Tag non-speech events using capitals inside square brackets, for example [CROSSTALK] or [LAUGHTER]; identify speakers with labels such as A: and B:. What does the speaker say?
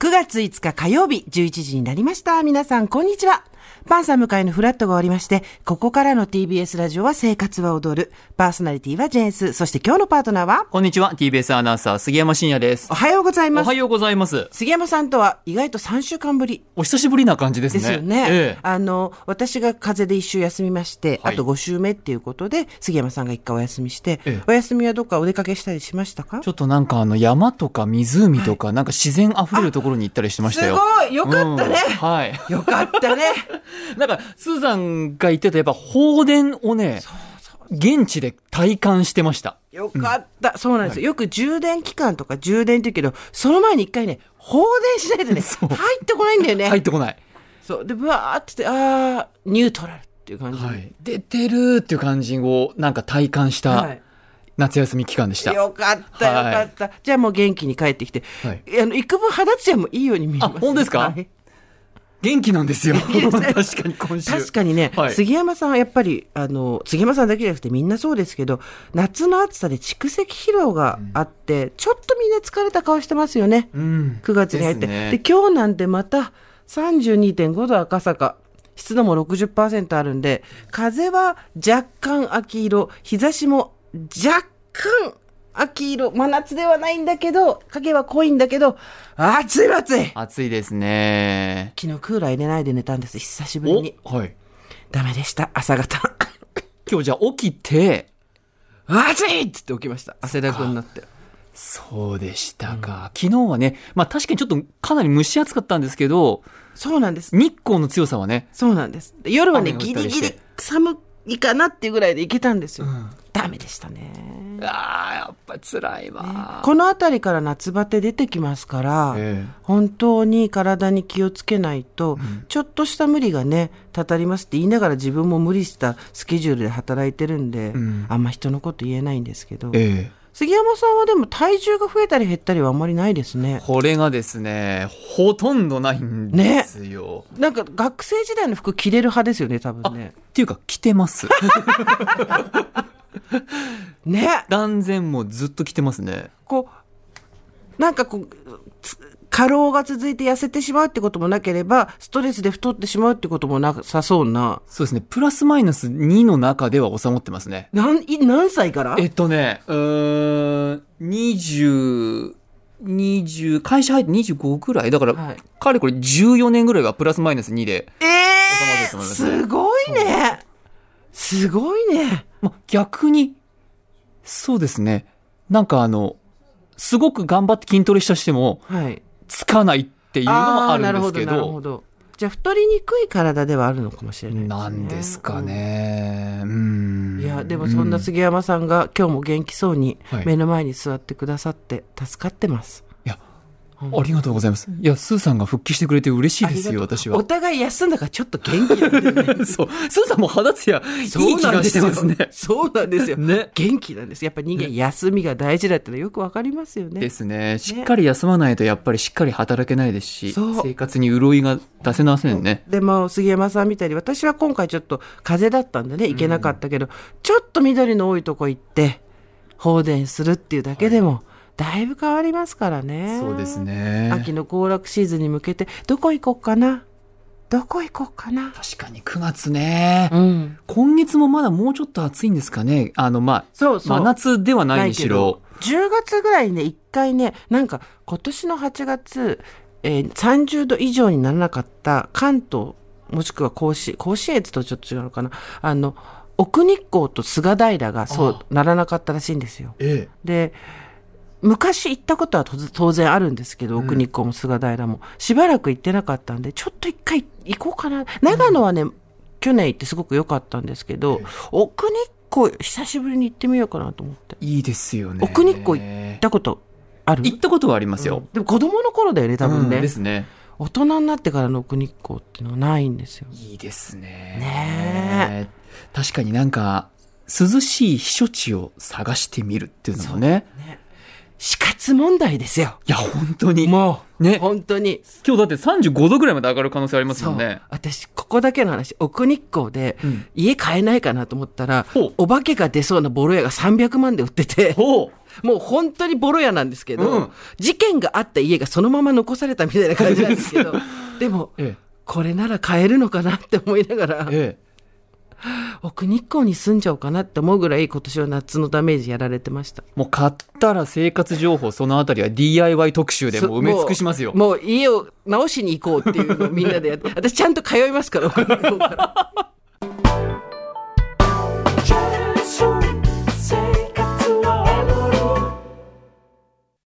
A: 月5日火曜日11時になりました。皆さん、こんにちは。パンサー向かいのフラットが終わりまして、ここからの TBS ラジオは生活は踊る。パーソナリティはジェーンス。そして今日のパートナーは
B: こんにちは。TBS アナウンサー、杉山真也です。
A: おはようござい
B: お
A: ます
B: は。ようございます。
A: 杉山さんとは意外と3週間ぶり
B: お久しぶりな感じです
A: で
B: ね。
A: すよね。
B: ええ
A: あの、私が風邪で1週休みまして、
B: はい
A: あと5週目っていうことで、杉山さんが1回お休みして、
B: ええ
A: お休みはどっかお出かけしたりしましたか
B: ちょっとなんかあの山とか湖とか、なんか自然あふれるところに行ったりしてました
A: す
B: よ。
A: ごいよかったね、
B: うんはい。 [LAUGHS]
A: よかったね
B: なんか、スーザンが言ってたやっぱ放電をね、現地で体感してました。
A: よかった、そうなんですよ。よく充電期間とか充電って言うけど、その前に一回ね、放電しないとね、
B: [LAUGHS] そ
A: 入
B: う
A: ってこないんだよね。
B: 入ってこない。
A: そう。で、ぶわーってて、あー、ニュートラルっていう感じ。
B: はい。出てるっていう感じをなんか体感し
A: は
B: た
A: い
B: 夏休み期間でした。
A: よかった、よかった。じゃあもう元気に帰ってきて。
B: はい
A: えあの、幾分肌ツヤもいいように見えます。
B: あ本当ですか
A: はい
B: 元気なんですよ。
A: 気で
B: [LAUGHS] 確
A: すね
B: かに今週。
A: 確かにね、
B: はい
A: 杉山さんはやっぱり、あの、杉山さんだけじゃなくてみんなそうですけど、夏の暑さで蓄積疲労があって、ちょっとみんな疲れた顔してますよね。
B: うん。
A: 9月に入って。で,、
B: ですね
A: 今日なんてまた32.5度赤坂。湿度も60%あるんで、風は若干秋色、日差しも若干秋色、真夏ではないんだけど、影は濃いんだけど、暑いわ暑い
B: 暑いですね。
A: 昨日クーラー入れないで寝たんです、久しぶり
B: お
A: に。
B: はい。
A: ダメでした、朝方。
B: 今日じゃあ起きて、
A: 暑いっつって起きました、汗だくになって。
B: そうでしたか。昨日はね、まあ確かにちょっとかなり蒸し暑かったんですけど、
A: そうなんです。
B: 日光の強さはね、
A: そうなんです。で夜はね、
B: 雨が降
A: ギリ
B: ったり
A: ギ
B: して
A: リ寒いかなっていうぐらいで行けたんですよ。
B: ん
A: ダメでしたね。
B: ああ、やっぱ辛いわ。
A: この辺りから夏バテ出てきますから、
B: ええ
A: 本当に体に気をつけないと、ちょっとした無理がね、たたりますって言いながら自分も無理したスケジュールで働いてるんで、
B: ん
A: あんま人のこと言えないんですけど、
B: ええ
A: 杉山さんはでも体重が増えたり減ったりはあんまりないですね。
B: これがですね、ほとんどないんですよ。
A: なんか学生時代の服着れる派ですよね、多分ね。
B: っていうか、着て [LAUGHS] ます。
A: ね。
B: 断然もうずっと着てますね。
A: こう、なんかこう、つ過労が続いて痩せてしまうってこともなければ、ストレスで太ってしまうってこともなさそうな。
B: そうですね、プラスマイナス2の中では収まってますね。
A: なんい何歳から
B: えっとね、うーん、20、20会社入って25ぐらいだから、
A: はい
B: かれこれ14年ぐらいはプラスマイナス2で、
A: え
B: 収
A: ー、
B: まると思います
A: すごいねすごいね
B: ま、逆に、そうですね、なんかあの、すごく頑張って筋トレしたしても、
A: はい。
B: つかないっていうのもあ
A: ー
B: る
A: なんる
B: で
A: ほ
B: す
A: ど、
B: け
A: なる
B: ど、
A: ほど。じゃあ、太りにくい体ではあるのかもしれないですね。
B: なんですかね。うん。
A: うん。いや、でもそんな杉山さんが今日も元気そうに
B: はい
A: 目の前に座ってくださって助かってます。
B: いや、ありがとうございます。いや、スーさんが復帰してくれて嬉しい
A: あ
B: で
A: りが
B: す
A: と
B: よ、
A: う
B: 私
A: お
B: は。
A: 互い休んだからちょっと元気なんだよ
B: [LAUGHS]
A: ね
B: そう。スーさんも肌ツヤ、いい気がしてますね。
A: そうなんですよ。
B: ね。
A: 元気なんです。やっぱ人間休みが大事だってのはよくわかりますよ
B: で
A: ね。
B: すね。しっかり休まないとやっぱりしっかり働けないですし、
A: そう
B: 生活に潤いが出せませんね。
A: でも杉山さんみたいに私は今回ちょっと風邪だったんでね行けなかったけど、ちょっと緑の多いとこ行って放電するっていうだけでも、だいぶ変わりますからね。
B: そうです。ね。
A: 秋の行楽シーズンに向けてどこ行こうかなどこ行こうかな
B: 確かに9月ね。
A: うん。
B: 今月もまだもうちょっと暑いんですかね。あの、まあ、
A: そうそう。
B: 真夏ではないに
A: け
B: し
A: ど
B: ろ。
A: 10月ぐらいにね一回ねなんか今年の8月、えー、30度以上にならなかった関東もしくは甲子甲子園って言うとちょっと違うのかなあの奥日光と菅平がそ
B: あ
A: うならなかったらしいんですよ。
B: え
A: で昔行ったことはとず当然あるんですけど、
B: うん
A: 奥日光も菅平もしばらく行ってなかったんでちょっと一回行こうかな長野はね、去年行ってすごく良かったんですけど、
B: ええ
A: 奥日光久しぶりに行ってみようかなと思って。
B: いいですよね。
A: 奥日光行
B: 行
A: っ。たことある
B: 行ったことはありますよ。
A: でも子供の頃だよね多分ね、
B: うんですね。
A: 大人になってからの奥日光っていうのはないんですよ
B: いいですね。
A: ね
B: 確かになんか、涼しい避暑地を探してみるっていうのもね。
A: 死活問題ですよ。
B: いや、本当に。
A: もう、
B: ね。
A: 本当に。
B: 今日だって35度ぐらいまで上がる可能性あります
A: そ
B: も
A: う、
B: んね。
A: 私、ここだけの話、奥日光で、
B: うん
A: 家買えないかなと思ったら
B: ほう、
A: お化けが出そうなボロ屋が300万で売ってて、
B: ほう。
A: もう本当にボロ屋なんですけど、
B: うん
A: 事件があった家がそのまま残されたみたいな感じなんですけ
B: [LAUGHS]
A: ど、でも、
B: え
A: これなら買えるのかなって思いながら
B: え。、え
A: 奥日光に住んじゃおうかなって思うぐらい今年は夏のダメージやられてました。
B: え。もう買ったら生活情報そのあたりは DIY 特集でもう埋め尽くしますよ。
A: もうもう家を直しに行こうっていうのをみんなでやって、私ちゃんと通いますから、奥日光から